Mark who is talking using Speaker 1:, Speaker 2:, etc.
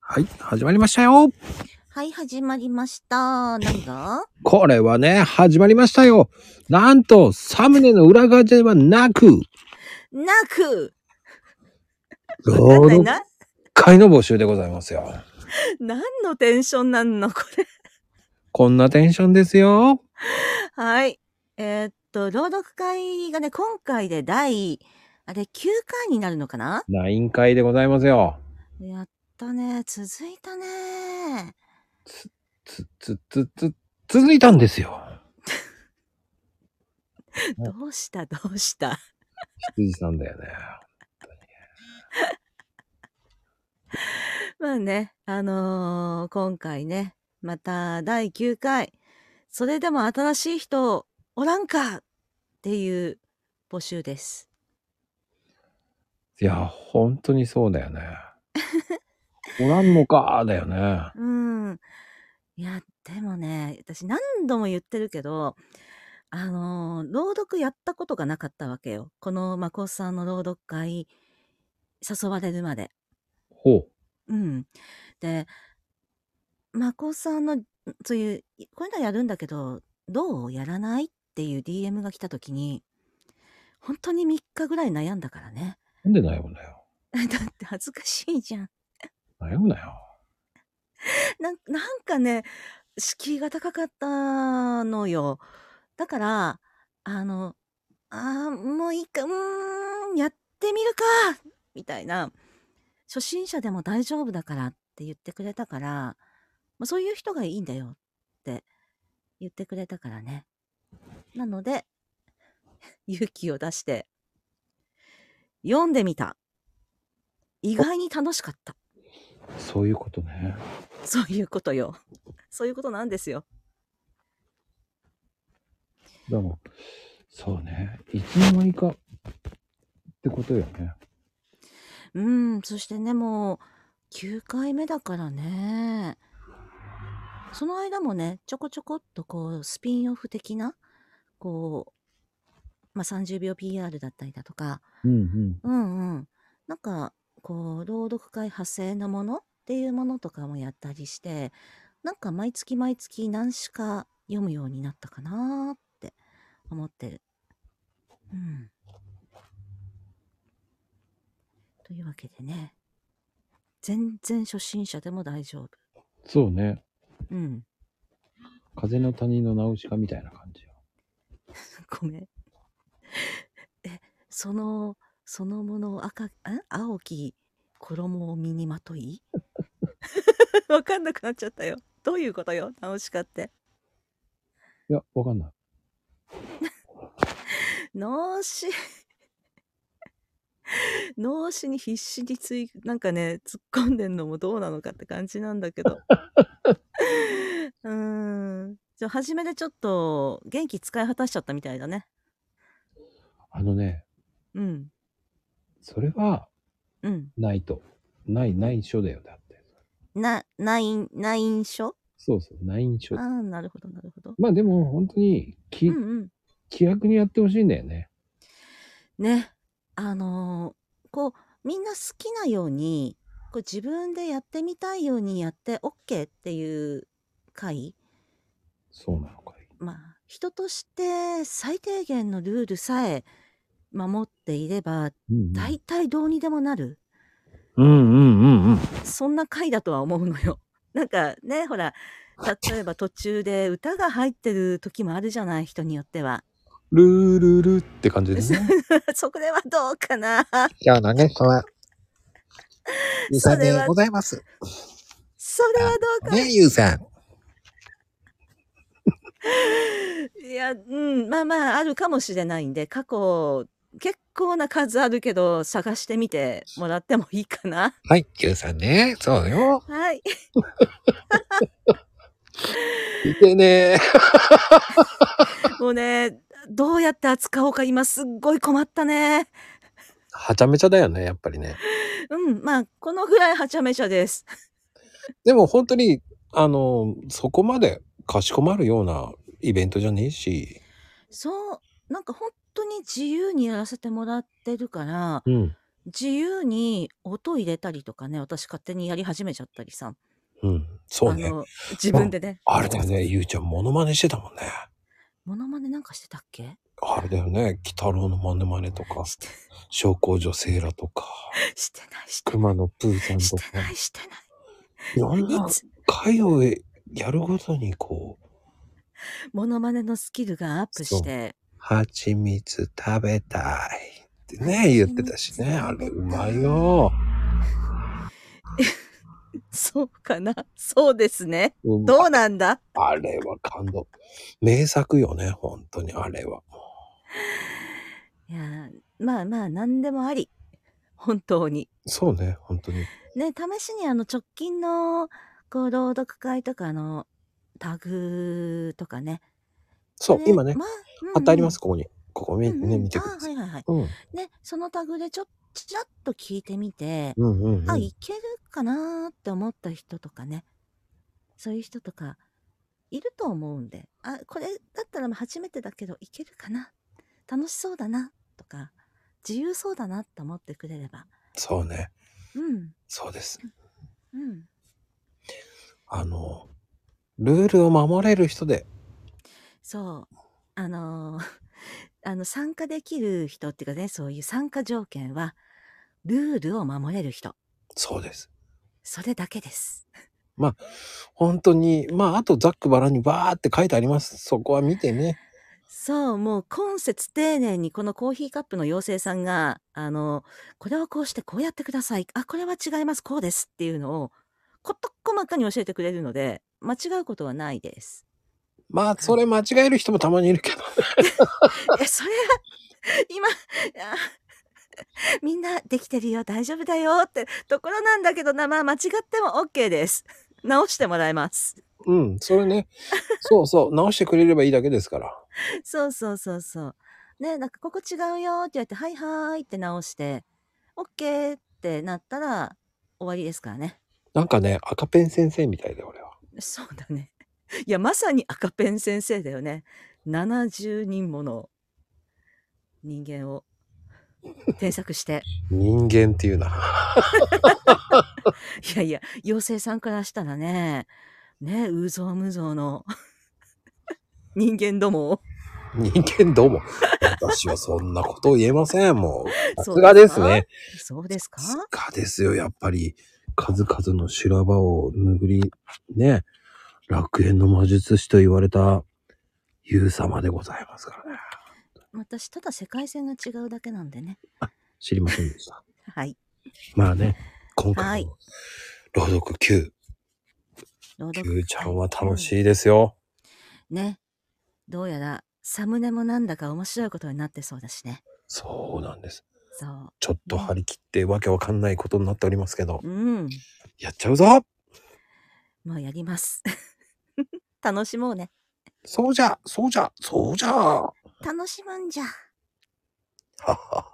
Speaker 1: はい、始まりましたよ。
Speaker 2: はい、始まりました。何が
Speaker 1: これはね、始まりましたよ。なんと、サムネの裏側ではなく、
Speaker 2: なくなんだい
Speaker 1: 6
Speaker 2: な
Speaker 1: 回の募集でございますよ。
Speaker 2: 何のテンションなんのこれ。
Speaker 1: こんなテンションですよ。
Speaker 2: はい。えーっと、朗読会がね、今回で第、あれ、9回になるのかな
Speaker 1: 9回でございますよ。
Speaker 2: やったね。続いたね。
Speaker 1: つ、つ、つ、つ、続いたんですよ。
Speaker 2: どうしたどうした
Speaker 1: 羊さんだよね。
Speaker 2: まあね、あのー今回ね、また第9回、それでも新しい人おらんかっていう募集です。
Speaker 1: いや、本当にそうだよね。おらんのかだよね。
Speaker 2: うん。いや、でもね、私何度も言ってるけど、あのー朗読やったことがなかったわけよ。この、まこさんの朗読会、誘われるまで。
Speaker 1: ほう。
Speaker 2: うん。で、まこさんの、そういう、こういうのやるんだけど、どうやらないっていう DM が来た時に、本当に3日ぐらい悩んだからね。
Speaker 1: なんで悩むんだよ。
Speaker 2: だって恥ずかしいじゃん。
Speaker 1: 悩むなよ。
Speaker 2: なんなんかね敷居が高かったのよだからあのあーもういいかうーんやってみるかみたいな初心者でも大丈夫だからって言ってくれたから、まあ、そういう人がいいんだよって言ってくれたからねなので 勇気を出して読んでみた意外に楽しかった
Speaker 1: そういうことね。
Speaker 2: そういうことよ。そういうことなんですよ。
Speaker 1: でも、そうね。いつの間にかってことよね。
Speaker 2: うん、そしてね、もう9回目だからね。その間もね、ちょこちょこっとこう、スピンオフ的な、こう、まあ、30秒 PR だったりだとか、
Speaker 1: うんうん。
Speaker 2: うんうん。なんか、こう、朗読会派生のものっていうものとかもやったりして、なんか毎月毎月何しか読むようになったかなーって思ってる。うん。というわけでね、全然初心者でも大丈夫。
Speaker 1: そうね。
Speaker 2: うん。
Speaker 1: 風の谷のナウシカみたいな感じよ。
Speaker 2: ごめん。え、その、そのものを赤、ん青き衣を身にまとい わかんなくなっちゃったよ。どういうことよ、ナウシカって。
Speaker 1: いや、わかんない。
Speaker 2: 脳死。脳死に必死につい、なんかね、突っ込んでんのもどうなのかって感じなんだけど。うーん。じゃあ、初めでちょっと元気使い果たしちゃったみたいだね。
Speaker 1: あのね、
Speaker 2: うん。
Speaker 1: それは
Speaker 2: うん。
Speaker 1: ないと。ない、ない書だよ。だって。
Speaker 2: な、ない、ないんしょ
Speaker 1: そうそう、ない書
Speaker 2: あ。あ、なるほど、なるほど。
Speaker 1: まあでも、本当に気、
Speaker 2: うんうん。
Speaker 1: 気楽にやってほしいんだよね。
Speaker 2: ね。あのーこう、みんな好きなように、こう自分でやってみたいようにやって OK っていう回。
Speaker 1: そうなのかい。
Speaker 2: まあ、人として最低限のルールさえ守っていれば、
Speaker 1: うん
Speaker 2: 大体どうにでもなる。
Speaker 1: うん、うんうんうんうん。
Speaker 2: そんな回だとは思うのよ。 なんかね、ほら、例えば途中で歌が入ってる時もあるじゃない、人によっては。
Speaker 1: ルールルって感じですね。
Speaker 2: そこではどうかな。
Speaker 3: 今日のね、こは、ゆうさん
Speaker 2: そ
Speaker 3: で
Speaker 2: れは
Speaker 3: ございます。
Speaker 2: それはどうかな
Speaker 3: ね、ゆうさん。
Speaker 2: いや、うん、まあまあ、あるかもしれないんで、過去、結構な数あるけど、探してみてもらってもいいか な。
Speaker 3: はい、ゆうさんね。そうよ。
Speaker 2: はい。
Speaker 3: いてね
Speaker 2: もうね、どうやって扱おうか今すっごい困ったね。
Speaker 1: はちゃめちゃだよね、やっぱりね。
Speaker 2: うん、まあ、このぐらいはちゃめちゃです。
Speaker 1: でも本当に、あの、そこまでかしこまるようなイベントじゃねえし。
Speaker 2: そう、なんか本当に自由にやらせてもらってるから、
Speaker 1: うん。
Speaker 2: 自由に音入れたりとかね、私勝手にやり始めちゃったりさ。
Speaker 1: うん。そう
Speaker 2: あ
Speaker 1: ね。
Speaker 2: の、自分でね。
Speaker 1: あれだよね。ゆうちゃん、モノマネしてたもんね。
Speaker 2: モノマネなんかしてたっけ
Speaker 1: あれだよね。鬼太郎のモノマネとか、
Speaker 2: して、
Speaker 1: 小公女セイラとか、
Speaker 2: してない、して
Speaker 1: 熊のプーさん
Speaker 2: し
Speaker 1: と
Speaker 2: てな
Speaker 1: か、
Speaker 2: い、してない。
Speaker 1: いろんない
Speaker 2: つ
Speaker 1: 回をやるごとにこう、
Speaker 2: モノマネのスキルがアップして、
Speaker 1: 蜂蜜食べたいってね、言ってたしね。あれ、うまいよ。
Speaker 2: そうかなそうですね。
Speaker 1: うまい
Speaker 2: どうなんだ
Speaker 1: あれは感動。名作よね、本当に、あれは。
Speaker 2: いやーまあまあ何でもあり本当に
Speaker 1: そうね、本当に。
Speaker 2: ね試しにあの直近のこう朗読会とかのタグとかね
Speaker 1: そう、
Speaker 2: ね
Speaker 1: 今ね、
Speaker 2: まあうんうん
Speaker 1: 貼ってあります、ここに。ここ見,、
Speaker 2: うんうん
Speaker 1: ね、見てくだ
Speaker 2: あ
Speaker 1: さい。
Speaker 2: はいはいはい
Speaker 1: うん、
Speaker 2: ねそのタグでちょちらっと聞いてみて、
Speaker 1: うん、うんうん。
Speaker 2: あいけるかなーって思った人とかねそういう人とかいると思うんであこれだったらまあ初めてだけどいけるかな楽しそうだなとか自由そうだなと思ってくれれば
Speaker 1: そうね、
Speaker 2: うん
Speaker 1: そうです。
Speaker 2: うん
Speaker 1: あの、ルールを守れる人で、
Speaker 2: そう。あのー あの、参加できる人っていうかね、そういう参加条件は、ルールを守れる人。
Speaker 1: そうです。
Speaker 2: それだけです。
Speaker 1: 本当に、まあ、あとざっくばらんにバーって書いてあります。そこは見てね。
Speaker 2: そう、もう今節丁寧にこのコーヒーカップの妖精さんが、あの、これはこうしてこうやってください。あ、これは違います。こうですっていうのを、こと細かに教えてくれるので、間違うことはないです。
Speaker 1: まあ、それ間違える人もたまにいるけど。
Speaker 2: え、それは、今、 あみんなできてるよ、大丈夫だよってところなんだけどな、まあ間違っても OK です。直してもらいます。
Speaker 1: うん、それね。そうそう、直してくれればいいだけですから。
Speaker 2: そうそうそうそう。ね、なんかここ違うよって言われて、はいはーいって直して、OK ってなったら終わりですからね。
Speaker 1: なんかね、赤ペン先生みたいで、俺は。
Speaker 2: そうだね。いや、まさに赤ペン先生だよね。70人もの人間を添削して。
Speaker 1: 人間っていうな。
Speaker 2: いやいや、妖精さんからしたらね、ね、うぞうむぞうの 人間どもを。
Speaker 1: 人間どうも。 私はそんなことを言えません。もう、さ
Speaker 2: そう
Speaker 1: すがですね。
Speaker 2: そうですか
Speaker 1: さすがですよ、やっぱり。数々の修羅場を拭り、ね、楽園の魔術師と言われた、ユウ様でございますからね。
Speaker 2: 私、ただ世界線が違うだけなんでね。
Speaker 1: 知りませんで した。
Speaker 2: はい。
Speaker 1: まあね、今
Speaker 2: は
Speaker 1: 回
Speaker 2: い
Speaker 1: の朗読 Q、
Speaker 2: 朗
Speaker 1: Q ちゃんは楽
Speaker 2: い。
Speaker 1: しいですよ。
Speaker 2: ね。どうやら、サムネもなんだか面白いことになってそうだしね。
Speaker 1: そうなんです。
Speaker 2: そ
Speaker 1: ちょっと張り切ってわけわかんないことになっておりますけど
Speaker 2: う。、うん。
Speaker 1: やっちゃうぞ
Speaker 2: もうやります。 楽しもうね。
Speaker 1: そうじゃそうじゃそうじゃは
Speaker 2: 楽しむんじゃ。
Speaker 1: はは。